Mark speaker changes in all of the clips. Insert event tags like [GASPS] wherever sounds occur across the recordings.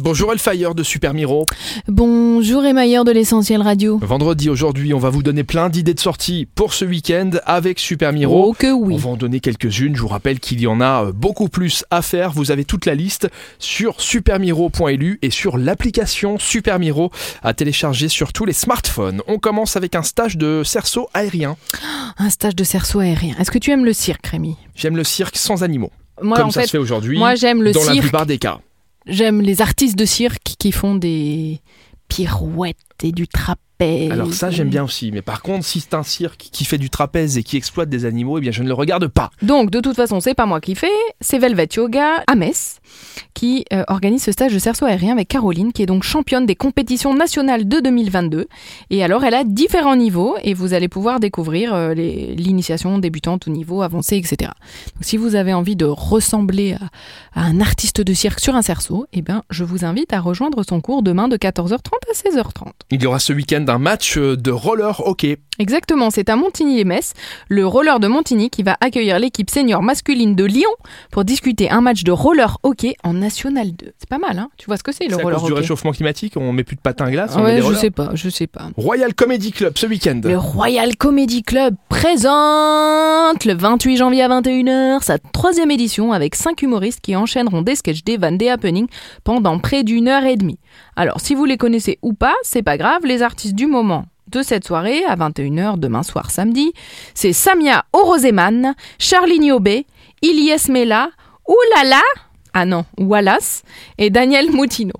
Speaker 1: Bonjour Elfire de Super Miro.
Speaker 2: Bonjour Mailleur de l'Essentiel Radio.
Speaker 1: Vendredi aujourd'hui, on va vous donner plein d'idées de sorties pour ce week-end avec Super Miro.
Speaker 2: Oh que
Speaker 1: On
Speaker 2: oui.
Speaker 1: va en donner quelques-unes. Je vous rappelle qu'il y en a euh, beaucoup plus à faire. Vous avez toute la liste sur supermiro.lu et sur l'application Super Miro à télécharger sur tous les smartphones. On commence avec un stage de cerceau aérien.
Speaker 2: Un stage de cerceau aérien. Est-ce que tu aimes le cirque, Rémi
Speaker 1: J'aime le cirque sans animaux,
Speaker 2: Moi,
Speaker 1: comme
Speaker 2: en
Speaker 1: ça
Speaker 2: fait,
Speaker 1: se fait aujourd'hui
Speaker 2: moi j'aime le
Speaker 1: dans la
Speaker 2: cirque.
Speaker 1: plupart des cas.
Speaker 2: J'aime les artistes de cirque qui font des pirouettes et du trapèze.
Speaker 1: Alors ça, j'aime bien aussi. Mais par contre, si c'est un cirque qui fait du trapèze et qui exploite des animaux, eh bien je ne le regarde pas.
Speaker 2: Donc, de toute façon, c'est pas moi qui fais, c'est Velvet Yoga à Metz qui euh, organise ce stage de cerceau aérien avec Caroline, qui est donc championne des compétitions nationales de 2022. Et alors, elle a différents niveaux et vous allez pouvoir découvrir euh, les- l'initiation débutante au niveau avancé, etc. Donc, si vous avez envie de ressembler à, à un artiste de cirque sur un cerceau, eh ben, je vous invite à rejoindre son cours demain de 14h30 à 16h30.
Speaker 1: Il y aura ce week-end un match euh, de roller hockey.
Speaker 2: Exactement, c'est à Montigny-les-Metz, le roller de Montigny qui va accueillir l'équipe senior masculine de Lyon pour discuter un match de roller hockey en National 2. C'est pas mal, hein Tu vois ce que c'est le
Speaker 1: C'est à
Speaker 2: roller
Speaker 1: cause du
Speaker 2: hockey
Speaker 1: réchauffement climatique, on met plus de patins à glace, on met
Speaker 2: Ouais,
Speaker 1: des
Speaker 2: je
Speaker 1: rollers.
Speaker 2: sais pas, je sais pas.
Speaker 1: Royal Comedy Club ce week-end.
Speaker 2: Le Royal Comedy Club présente le 28 janvier à 21h sa troisième édition avec cinq humoristes qui enchaîneront des sketchs, des vannes, des happenings pendant près d'une heure et demie. Alors si vous les connaissez ou pas, c'est pas grave, les artistes du moment de cette soirée à 21h demain soir samedi, c'est Samia Oroseman, Charline Obé, Ilyes Mela, Oulala, ah non, Wallace et Daniel Moutino.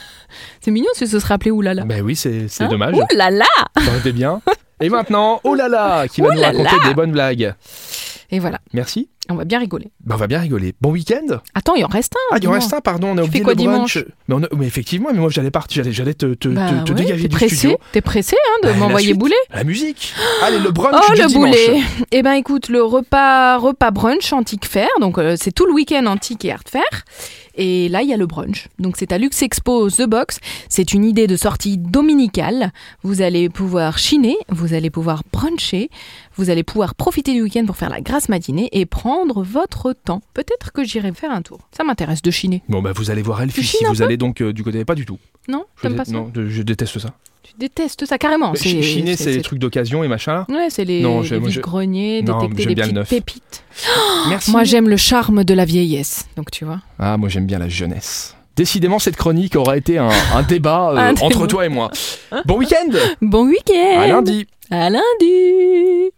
Speaker 2: [LAUGHS] c'est mignon si ce serait appelé Oulala.
Speaker 1: Ben oui, c'est c'est
Speaker 2: Hein
Speaker 1: dommage,
Speaker 2: Oulala
Speaker 1: ça aurait été
Speaker 2: [LAUGHS]
Speaker 1: bien. Et maintenant, oh là là, qui va
Speaker 2: Oh
Speaker 1: nous
Speaker 2: là
Speaker 1: raconter des bonnes blagues.
Speaker 2: Et voilà,
Speaker 1: Merci.
Speaker 2: on va bien rigoler.
Speaker 1: Ben, on va bien rigoler. Bon week-end.
Speaker 2: Attends, il en reste
Speaker 1: Ah, il en
Speaker 2: un. Oh, dis-moi.
Speaker 1: reste un, pardon, on a
Speaker 2: Tu
Speaker 1: oublié
Speaker 2: fais quoi
Speaker 1: le brunch.
Speaker 2: dimanche
Speaker 1: mais, on a- mais effectivement, mais moi j'allais partir, j'allais- j'allais te, te,
Speaker 2: Bah
Speaker 1: te- te
Speaker 2: ouais,
Speaker 1: dégager
Speaker 2: t'es
Speaker 1: du
Speaker 2: pressé,
Speaker 1: studio.
Speaker 2: T'es pressé hein, de
Speaker 1: Bah, la
Speaker 2: m'envoyer
Speaker 1: suite.
Speaker 2: bouler
Speaker 1: La
Speaker 2: [GASPS]
Speaker 1: musique. Allez, le brunch
Speaker 2: Oh
Speaker 1: du
Speaker 2: le
Speaker 1: dimanche.
Speaker 2: boulet [LAUGHS] Eh ben écoute, le repas repas brunch antique fair, donc euh, c'est tout le week-end antique et art fair. Et là, il y a le brunch. Donc c'est à Lux Expo The Box. C'est une idée de sortie dominicale. Vous allez pouvoir chiner, vous allez pouvoir bruncher, vous allez pouvoir profiter du week-end pour faire la grasse matinée et prendre votre temps. Peut-être que j'irai faire un tour. Ça m'intéresse de chiner.
Speaker 1: Bon, ben vous allez voir Elfie
Speaker 2: Tu
Speaker 1: si
Speaker 2: chines un
Speaker 1: vous
Speaker 2: peu
Speaker 1: allez donc euh, du côté. Pas du tout.
Speaker 2: Non,
Speaker 1: Je,
Speaker 2: t'aimes
Speaker 1: dé-
Speaker 2: pas ça
Speaker 1: non, je déteste ça.
Speaker 2: Tu détestes ça carrément.
Speaker 1: Mais
Speaker 2: c'est-
Speaker 1: ch- Chiner,
Speaker 2: c'est-
Speaker 1: c'est les
Speaker 2: c'est-
Speaker 1: trucs d'occasion et machin là.
Speaker 2: Ouais, c'est les,
Speaker 1: Non, je-
Speaker 2: les
Speaker 1: moi, je-
Speaker 2: vides-greniers,
Speaker 1: Non,
Speaker 2: détecter
Speaker 1: j'aime
Speaker 2: les
Speaker 1: bien le
Speaker 2: petites
Speaker 1: neuf.
Speaker 2: pépites.
Speaker 1: Merci.
Speaker 2: Moi, j'aime le charme de la vieillesse, donc tu vois.
Speaker 1: Ah, moi j'aime bien la jeunesse. Décidément, cette chronique aura été un, un débat euh,
Speaker 2: [LAUGHS] Un débat.
Speaker 1: entre toi et moi. Bon week-end
Speaker 2: Bon week-end
Speaker 1: À lundi
Speaker 2: À lundi